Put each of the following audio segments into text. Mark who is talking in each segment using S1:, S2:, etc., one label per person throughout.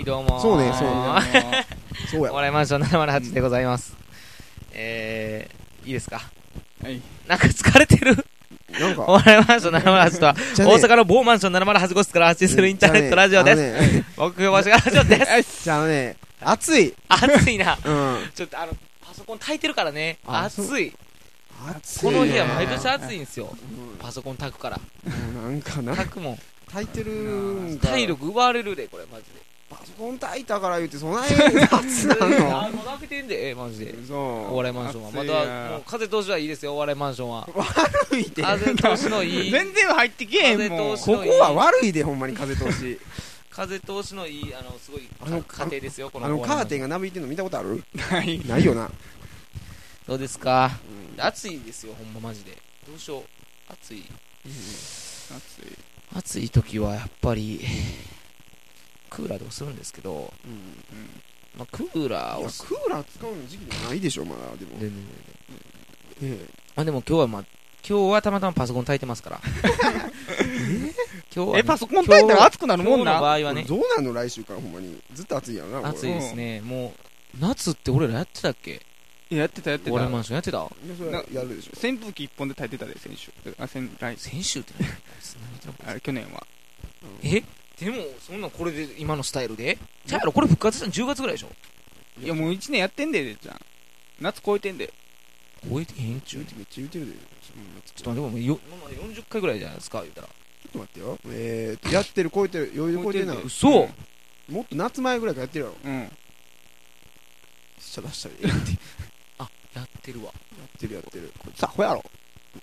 S1: い、どうも。
S2: そうねそう
S1: ね。
S2: そうや
S1: お笑いマンション708でございます。えー、いいですか
S3: はい。
S1: なんか疲れてる。
S2: なん
S1: お
S2: か
S1: 笑いマンション708とは、
S2: じゃ
S1: 大
S2: あね
S1: 阪の某マンション708号室から発信するインターネットラジオです。
S2: す
S1: 僕、大阪ラジオです。
S2: じゃあね暑い
S1: 暑いな。
S2: うん
S1: ちょっとあの、パソコン炊いてるからね。
S2: あそう
S1: 暑い。
S2: 暑い
S1: この日は
S2: ね
S1: 毎年暑いんですよ。パソコン炊くから。
S2: うんなんかな
S1: 炊くもん。
S2: 炊いてるんが
S1: 体力奪われるで、これ、マジで。
S2: パソコン炊いたから言ってそない暑なの
S1: あ、もう開けてんで、えーマジで。お
S2: そ
S1: 笑いマンションは。
S3: 暑い
S1: ま
S3: な
S1: た、もう風通しはいいですよ、お笑いマンションは。
S2: う悪いで
S1: 風通しの いい。
S3: 全然入ってけえへんもん。
S1: 風通し
S2: ここは悪いでほんまに風通し
S1: 風通しのいい、あの、すごい、
S2: あの
S1: か家庭ですよ、この
S2: あのカーテン
S1: ン。
S2: がなびいてんの見たことある
S3: ない。
S2: ないよな
S1: どうですか
S2: う
S1: 暑いですよ、ほんま、マジで。どうしよう。暑い。
S3: 暑い。
S1: 暑い時は、やっぱり、クーラーでもするんですけど、
S2: うん
S1: まあ、クーラ
S2: い
S1: ー
S2: や
S1: を
S2: クーラー使うの時期でもないでしょまだでも
S1: 全然
S2: え
S1: まあ、でも今日は、まあ、今日はたまたまパソコン炊いてますから。今日はね、
S3: え、パソコン炊いたら熱くなる
S1: 今
S3: も
S1: 日
S3: ん
S1: の
S3: な。
S1: 場合
S2: え
S1: はね、
S2: どうなんの来週からほんまにずっと暑いやろなこれ
S1: 暑いですね。もう、夏って俺らやってたっけ
S3: いややってたやって
S1: 俺
S3: た。
S1: マンションやってた
S2: いやそれはやるでしょ
S3: 扇風機一本で炊いてたで、先週。あ、先、来、
S1: 先週って 何何言ってんの
S3: あれ去年は。
S1: えでもそんなんこれで今のスタイルでじゃあやろこれ復活したの10月ぐらいでしょ
S3: いや、もう一年やってんで、じゃん。夏超えてんで。
S1: 超えてへんちゅ
S2: め
S1: う
S2: っ
S1: ち
S2: ちゃ言うてるでち
S1: ょっと待ってもうよ今まで40回ぐらいじゃないですか言うたら
S2: ょっと待ってよえーとやってる超えてる余裕で超えてるな
S3: 超えてる
S1: 嘘、
S3: うん
S2: もっと夏前ぐらいからやってるやろ
S3: うん。
S2: しゃ 出したらええってや
S1: やってるわ
S2: ってるやってるこいつアホやろ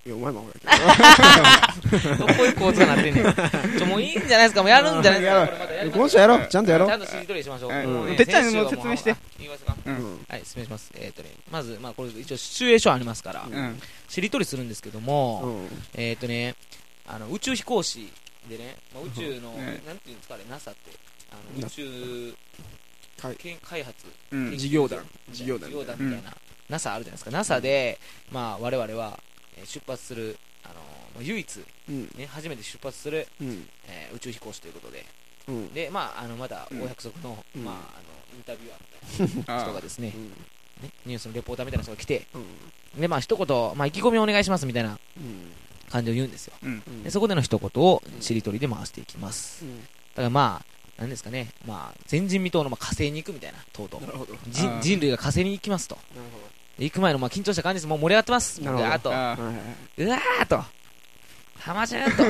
S2: いやお前もアホやけど
S1: どこ行こうとかなってんねんちょもういいんじゃないですかもうやるんじゃないですか
S2: やろう
S1: これまたやり
S2: こ
S1: ま
S2: の
S1: しょ
S2: 人やろうちゃんとや
S1: う
S2: ろ
S1: ちゃ
S2: うん
S1: としりとりしましょう、
S3: うん
S1: もうね
S3: てっちゃん
S1: 先
S3: に
S1: 週は
S3: もう説明して
S1: あ言いますか
S3: う。
S2: うんん
S1: はい説明しますえっ、とねまずまあこれ一応シチュエーションありますから、
S3: うん。
S1: しりとりするんですけども、
S2: うん
S1: えっ、とねあの宇宙飛行士でね、まあ、宇宙の、
S3: うんね
S1: なんていうんですかね NASA ってあの
S2: な
S1: 宇宙
S2: はい
S1: 研開発
S3: うん。
S2: 事業団事業団
S1: 事業団みたいな、NASA あるじゃないですか NASA で、まあ、我々はえー出発する、あのーまあ唯一、
S2: うん
S1: ね、初めて出発する、
S2: うん
S1: えー宇宙飛行士ということで
S2: うん
S1: で、まあ、あのまだお約束の,、
S2: うん
S1: まあ、あのインタビュアーみたいな人
S3: あ
S1: がですね
S2: う、ん
S1: ねニュースのレポーターみたいな人が来て
S2: うん
S1: で、まあ一言、まあ、意気込みをお願いしますみたいな
S2: うん
S1: 感じを言うんですよ
S3: うん。
S2: うん
S1: でそこでの一言をしりとりで回していきます
S2: うん
S1: だからまあ、なんですかね、まあ、前人未到のまあ火星に行くみたいな、とうとう
S2: な。るほど
S1: 人
S3: あー
S1: 人類が火星に行きますと。
S2: なる
S1: で行く前のまあ緊張した感じです。もう盛り上がってます。
S2: なるほど
S1: ガーッと。うわ
S3: あ
S2: ほどはいはい
S1: ーっと。浜ちゃんと。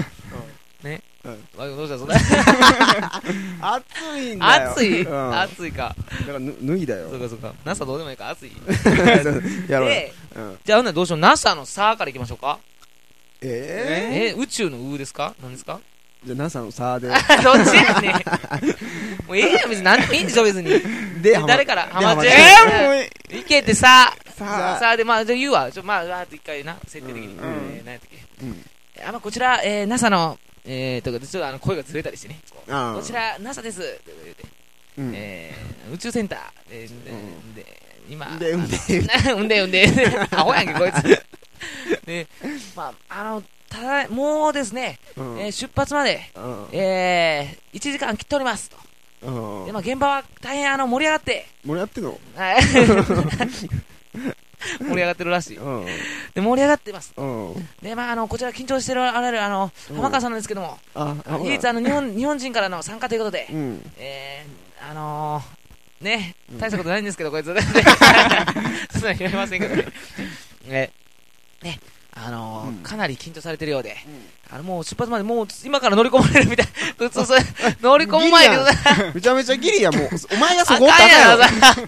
S1: ね。
S2: うん
S1: わどうしたそんな
S2: 暑いんだよ
S1: 暑い
S2: うん
S1: 暑いか。
S2: だからぬ脱いだよ
S1: そうかそうか。NASA どうでもいいから暑い。
S2: やろうよ
S1: で、
S2: うん
S1: じゃあほんならどうしよう。NASA のさーから行きましょうか。
S2: ええ
S1: え、宇宙のうーですか何です か
S2: じゃあ NASA の差で
S1: どっちやねん。 もうええやん、別に何でもいいんでしょ、別に。
S2: で
S1: 誰から
S2: で
S1: 浜ちゃん。
S2: 浜ち
S3: えーもうえ
S1: いけてさ
S2: さ
S1: さ
S2: あ
S1: あでまあじゃあ言うわちょまあわーっと一回な設定的に、
S2: うん
S1: えー、何やったっけ
S2: うん
S1: えあまあこちら、えー、NASA のえー、とかちょっとあの声がずれたりしてねこう
S2: あー
S1: こちら NASA ですとか言うて、
S2: うん
S1: えー、宇宙センター、えー
S2: ん
S1: でで今
S2: でうんで
S1: あの うんでうんで アホやんけこいつ でまああのただもうですね、
S2: うん
S1: えー出発まで
S2: うん
S1: えー、1時間切っておりますと
S2: うん
S1: でまあ現場は大変あの盛り上がって
S2: もらってんの
S1: はい 盛り上がってるらしい
S2: うん
S1: で盛り上がってます
S2: うん
S1: でまああのこちら緊張してるあられるあの
S2: うん
S1: 浜川さんなんですけども、
S2: ああほら
S1: 唯一あの日本日本人からの参加ということで、
S2: うん
S1: えー、あのー、ね
S2: うん
S1: 大したことないんですけど、こ いつそんなん言えませんけどねねねあのー
S2: うん
S1: かなり緊張されてるようで、あのもう出発までもう今から乗り込まれるみたいな普通そう乗り込む前で
S2: ギリやんめちゃめちゃギ リやもうお前がそ
S1: あ
S2: こおっ
S1: か
S2: た
S1: んや
S2: らあ
S1: ろ
S2: かんや
S1: さ
S2: ろ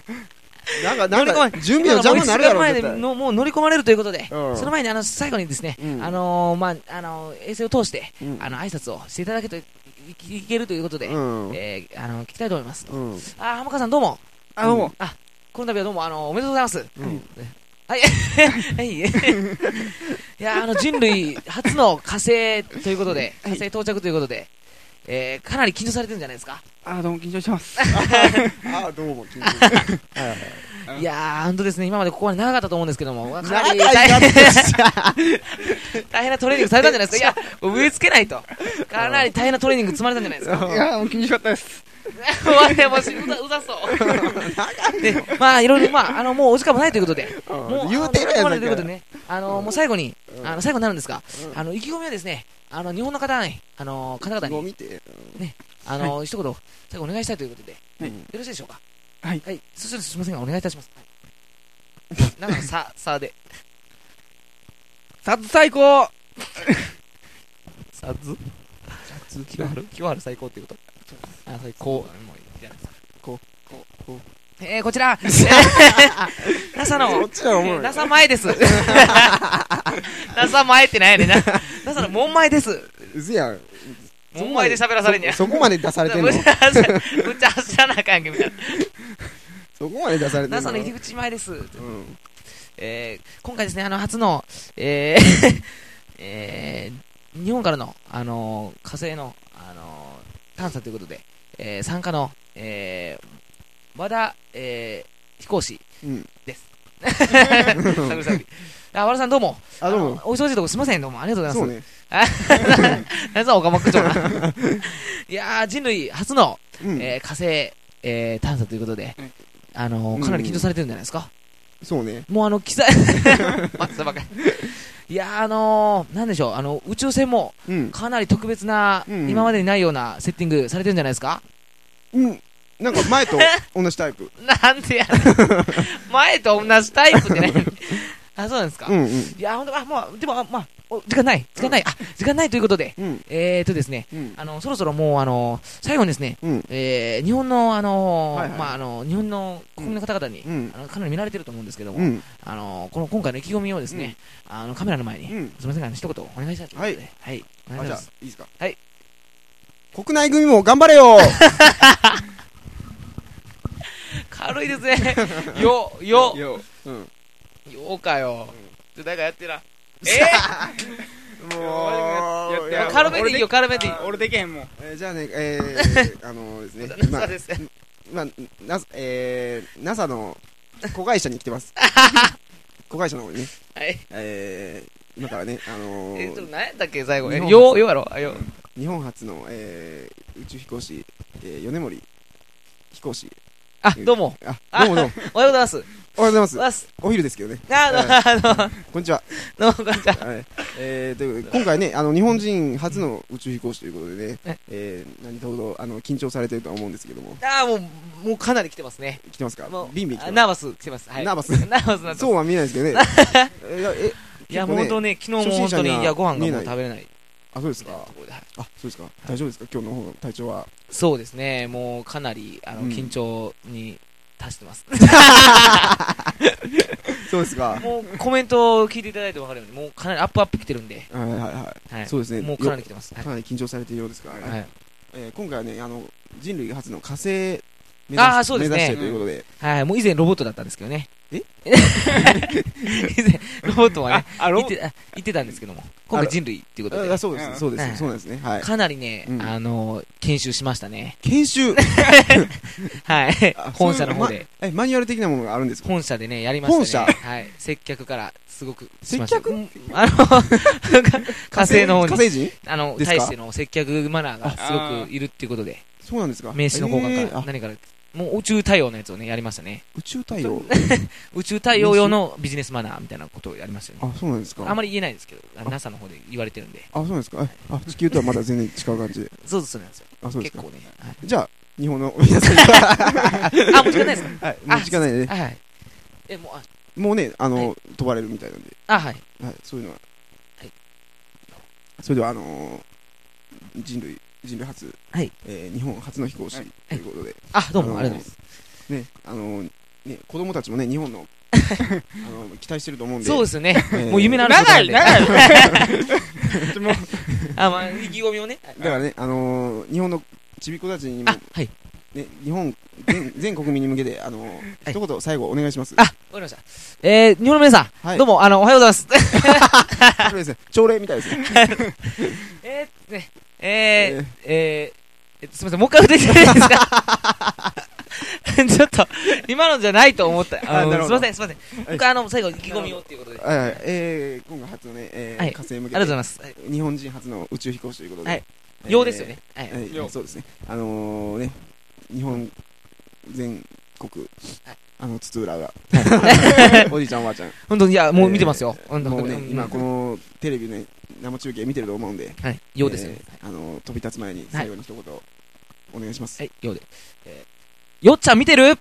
S2: なんかなんか準備の邪魔になる
S1: 今からもう
S2: やろ
S1: 一時間前
S2: 絶
S1: で
S2: 対
S1: のもう乗り込まれるということで、
S2: うん
S1: その前にあの最後にですね、
S2: うん
S1: あのーまああのー衛星を通して、
S2: うん
S1: あの挨拶をしていただけといいいけるということで、
S2: うん
S1: えーあの聞きたいと思います。
S2: うん
S1: あー浜川さんどうも。
S3: あ、どうも。
S1: あこの度はどうもあのおめでとうございます。
S2: うん
S1: はいはい。いやあの人類初の火星ということで火星到着ということで、えーかなり緊張されてるんじゃないですか。
S3: あ、どうも緊張して ます。
S2: ああどうも緊張するはいはい
S3: うん
S1: いやー本当ですね今までここまで長かったと思うんですけどもかなり
S2: 長
S1: 大
S2: いなっ
S1: 変
S2: て
S1: 大変なトレーニングされたんじゃないですかいや、植え付けないと。かなり大変なトレーニング積まれたんじゃないですか。
S3: いや、もう緊張しかったです。
S1: 笑いもし、うざ、うざそう。で、まあ、いろいろ、まあ、あの、もうお時間もないということで、も
S2: も
S1: う、
S2: う言うてるや
S1: あのここま
S2: ん
S1: でということでね、あの、もう最後に、あの、最後になるんですが、
S2: うん
S1: あの、意気込みはですね、あの、日本の方に、あの、方々
S2: もう
S1: に、
S2: 見て
S1: あの、一言、最後お願いしたいということで、よ
S2: う
S3: はい
S2: ん
S1: ろしいでしょうか
S3: はい
S1: はい。そしたらすみませんが、お願いいたします。はい。なんか、さ、さで。
S3: サツ最高
S1: さず気はある気はある最高っていうことあ、最高。もういいじゃないですか。
S2: こうこうこう
S1: えー、こちら、NASA
S2: こ
S1: の
S2: っ、ちだ思うよ
S1: NASA 前 です。NASA 前ってなんやねんな。NASA の門前です。
S2: うぜやん
S1: 門前で喋らされんねや。
S2: そそこまで出されてん
S1: む
S2: の
S1: っちゃ走らむっちゃ走らなあかんけみたい
S2: そこまで出 されて
S1: な。
S2: ん
S1: NASA
S2: の
S1: の入り口前です。
S2: うん
S1: えー、今回ですね、あの、初の、えー えー日本からの、あのー火星の、あのー探査ということで、えー参加の、えー和田、えー飛行 士。
S2: うん
S1: 探る探りあ、和田さんどうも。
S2: あどう
S1: の
S2: も
S1: お忙しいとこすいません、どうも。ありがとうござい
S2: そ
S1: ま
S2: う
S1: す。
S2: ね
S1: 何さ、岡本区長な。いやー、人類初の、
S2: うん
S1: えー火星、えー探査ということで
S3: うん、
S1: あのーかなり緊張されてるんじゃないですか。
S2: そうね
S1: もうあの、 機材、まあ、そればっかりいやー、あのー、なんでしょう、あの、宇宙船も
S2: うん
S1: かなり特別な、
S2: うん
S1: 今までにないようなセッティングされてるんじゃないです か
S2: うんなんか前と同じタイプ
S1: なんでやねん前と同じタイプで ね。あ、そうなんですか、
S2: う
S1: い
S2: んうん
S1: やー、ほんと、あ、もう、でも、あまあ、お時間ない、時間ない、あ、時間ないということで、
S2: うん
S1: えーとですね、
S2: うん
S1: あの、そろそろもう、あの、最後にですね、
S2: うん
S1: えー、日本の、あのー
S2: はいはい
S1: まあ、あの、日本の国民の方々に、
S2: うん
S1: あの、かなり見られてると思うんですけども、
S2: うん
S1: あのこの今回の意気込みをですね、あのカメラの前に、
S2: うん
S1: すみませんが、一言お願いしたいと思って、はい、お願
S2: あ
S1: いし
S2: じ
S1: ま
S2: ゃあ
S1: す。
S2: いいですか
S1: はい
S2: 国内組も頑張れよ
S1: 軽いです ね、よ、よ、
S2: ようん
S1: よかよ、ちょ誰かやってな、え
S2: もう
S3: やっ
S1: ー、
S3: てや
S1: 軽め
S3: る
S1: でいいよ、軽めでいい。
S2: あ
S3: 俺でけへんもん。
S2: えーじゃあねえーあのですね今
S1: そうですね、
S2: まあ、な、えー、NASA の子会社に来てます。子会社の方にね、
S1: はい、
S2: えー、今からね、あ
S1: え
S2: の
S1: ー、ちょっ
S2: ー、
S1: と何やったっけ、最後、え
S2: 日本
S1: よ、よやろ、あよ、
S2: 日本初の、えー、宇宙飛行士、えー、米森飛行士。
S1: あ、どうも、
S2: あ、どうもどうも。
S1: おはようございます、おはよ
S2: おはようござい
S1: ご
S2: う
S1: ざい
S2: ます。
S1: ます、
S2: お昼ですけどね。
S1: あの、あの、
S2: こんにちは。
S1: どうも、こんにちは、
S2: はい。えー、ということで今回ね、あの、日本人初の宇宙飛行士ということで
S1: え
S2: ね、えー、何ほど、あの、緊張されてるとは思うんですけども、
S1: あーもう、もうかなり来てますね、
S2: 来てますか
S1: もう、
S2: ビンビン来てま
S1: ナーバス来てます、はい、
S2: ナーバス
S1: ナーバスになっ
S2: す。
S1: て
S2: そう
S1: ま
S2: は見えないですけどね。 えーえ、
S1: す、いや、
S2: 結構
S1: もう本当ね、昨日も本当
S2: 初心者には
S1: に、いや、ご飯
S2: 見
S1: が
S2: え
S1: も
S2: な
S1: う
S2: い
S1: 食べれない。
S2: あ、そうですか。
S1: ところではい
S2: あ、そうですか。大丈夫ですか今日の方の体調は。
S1: そうですね、もうかなりあの、
S2: うん
S1: 緊張に達して ます。
S2: そうですか。
S1: もうコメントを聞いていただいて分かるように、もうかなりアップアップ来てるんで、
S2: はいはいは
S1: はい、
S2: い。そうですね。
S1: もうかなり来てます。は
S2: よ
S1: い
S2: かなり緊張されているようですが、
S1: はい
S2: えー今回はね、あの、人類初の火星目指
S1: あー
S2: し
S1: そうで
S2: 目
S1: すね
S2: 指してるということで、
S1: はいもう以前ロボットだったんですけどね。
S2: え
S1: 以前ロボットはね、
S3: あ、
S1: 言ってあ言ってたんですけども、今回人類っていうこと
S2: あ
S1: で、
S2: そうで
S3: うん
S2: す、そうで
S1: はい
S2: す、そうなんですね。はい。
S1: かなりね、
S2: うん
S1: あの、研修しましたね。
S2: 研修
S1: はい
S2: あ。
S1: 本社の方
S2: そうい
S1: で。
S2: え、マニュアル的なものがあるんですか
S1: 本社でね、やりましたね。
S2: 本社
S1: はい。接客から、すごくしました。
S2: 接客
S1: うんあの、 火星の方に
S2: 火。星人
S1: あの、
S2: ですか
S1: 対しての接客マナーがすご
S3: あ
S1: くいるっていうことで、
S2: そうなんですか
S1: 名刺の交換
S2: え
S1: から、
S2: ーあ
S1: 何から、もう宇宙対応のやつをね、やりましたね。
S2: 宇宙 太陽。
S1: 宇宙対応用のビジネスマナーみたいなことをやりましたよね。
S2: あ、そうなんですか
S1: あ
S2: あ、
S1: まり言えないですけど、あの NASA の方で言われてるんで。
S2: そうなんですかえあ、地球とはまだ全然違う感じで。
S1: そうそうそうなんですよ。
S2: あ、そうです
S1: 結
S2: か
S1: 構ね。はい
S2: じゃあ、日本の 皆さんには、
S1: あ、もう時間ないです
S2: はい、もう時間ないでね。
S1: かはい。え、もう、あ
S2: もうね、あ
S1: は
S2: の、飛ばれるみたいなんで。
S1: あ、はい。
S2: はい、そういうのは。
S1: はい
S2: それでは、あのー人類、人類初、
S1: はい
S2: えー日本初の飛行士
S3: はい
S2: ということで、
S1: あ、どうも、
S2: のー
S1: ありがとうございます。
S2: ね、あのーね、子供たちもね、日本の、 あのー期待してると思うんで、
S1: そうですよね。
S2: えー
S1: もう夢のあることな
S3: 長
S1: ん
S3: い、
S1: で。
S3: 長 い。もう
S1: あ、まあ、意気込みをね。
S2: だからね、あのー日本のちびっ子たちにも
S1: あ、、はい。
S2: ね、日本全、 全国民に向けて、あのー
S1: はい
S2: 一言最後お願いします。
S1: あ、わかりました。えー、日本の皆さん、
S2: はい
S1: どうも、あの、おはようございます。
S2: そうですね朝礼みたいですね。
S1: えー、ね、えー、えー、えー、すみません、もう一回歌っていいですかちょっと、今のじゃないと思った。あの
S2: なる
S1: す
S2: ほ
S1: みま
S2: ど
S1: せん、すみません。
S2: はい
S1: 僕、あの、最後、意気込みをっていうことで。あ
S2: はいはい、えー、今回初のね、えー
S1: はい
S2: 火星に向
S1: り
S2: け
S1: がとうござい
S2: て、
S1: ます。はい
S2: 日本人初の宇宙飛行士ということで、
S1: はい
S2: えー
S1: ようですよね。はい。
S2: はい
S3: よう
S2: そうですね。あのーね、日本全国
S1: はい、
S2: あの、津々浦 々、おじいちゃん、おばあ ちゃん、
S1: 本当に、いや、もう見てますよ。本当
S2: もうね、
S1: うん
S2: 今このテレビね、生中継見てると思うんで、
S1: はい、ようですよ。
S2: えーあの、飛び立つ前に最後に一言、お願いします。
S1: はい、ようで。えーよっちゃん見てるよ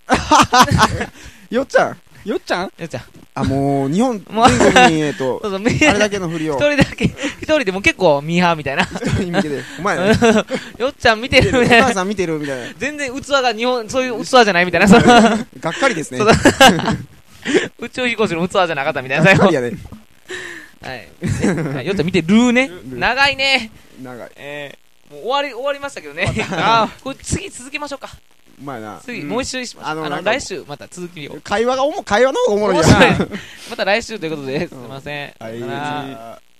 S2: よっちゃん
S3: よっちゃん
S1: っちゃん。
S2: あ、もう、日本、全
S1: もう
S2: 国に、えっ と
S1: そ、うそう、見
S2: あれだけの振り
S1: 一
S2: を、
S1: 人だけ、一人でも結構ミーハーみたいな。
S2: 一人見てて、お前ね、
S1: よっちゃん見て
S2: 見てる
S1: る
S2: お
S1: みたい
S2: 母
S1: な。
S2: さん見てるみたいな。
S1: 全然器が日本、そういう器じゃないみたい な。その
S2: がっかりですね。
S1: そう
S2: が
S1: だ
S2: っ
S1: 宇宙飛行士の器じゃなかったみたいな。最後
S2: かりやね。
S1: はい。はいよっちゃん見てるね。
S2: る
S1: 長いね。
S2: 長い。
S1: えー、もう終わり、終わりましたけどね。あーこれ次続けましょうか。
S2: うまいな。
S1: 次、
S3: うん
S1: もう一周しましょう。
S2: あの
S1: あ
S2: な
S1: の、
S2: んか
S1: 来週、また続きを。
S2: 会話がおも、会話の方がおもろい
S1: 面
S2: じゃん。
S1: 白いまた来週ということで、すいません。
S2: はい
S1: さよなら
S2: 次。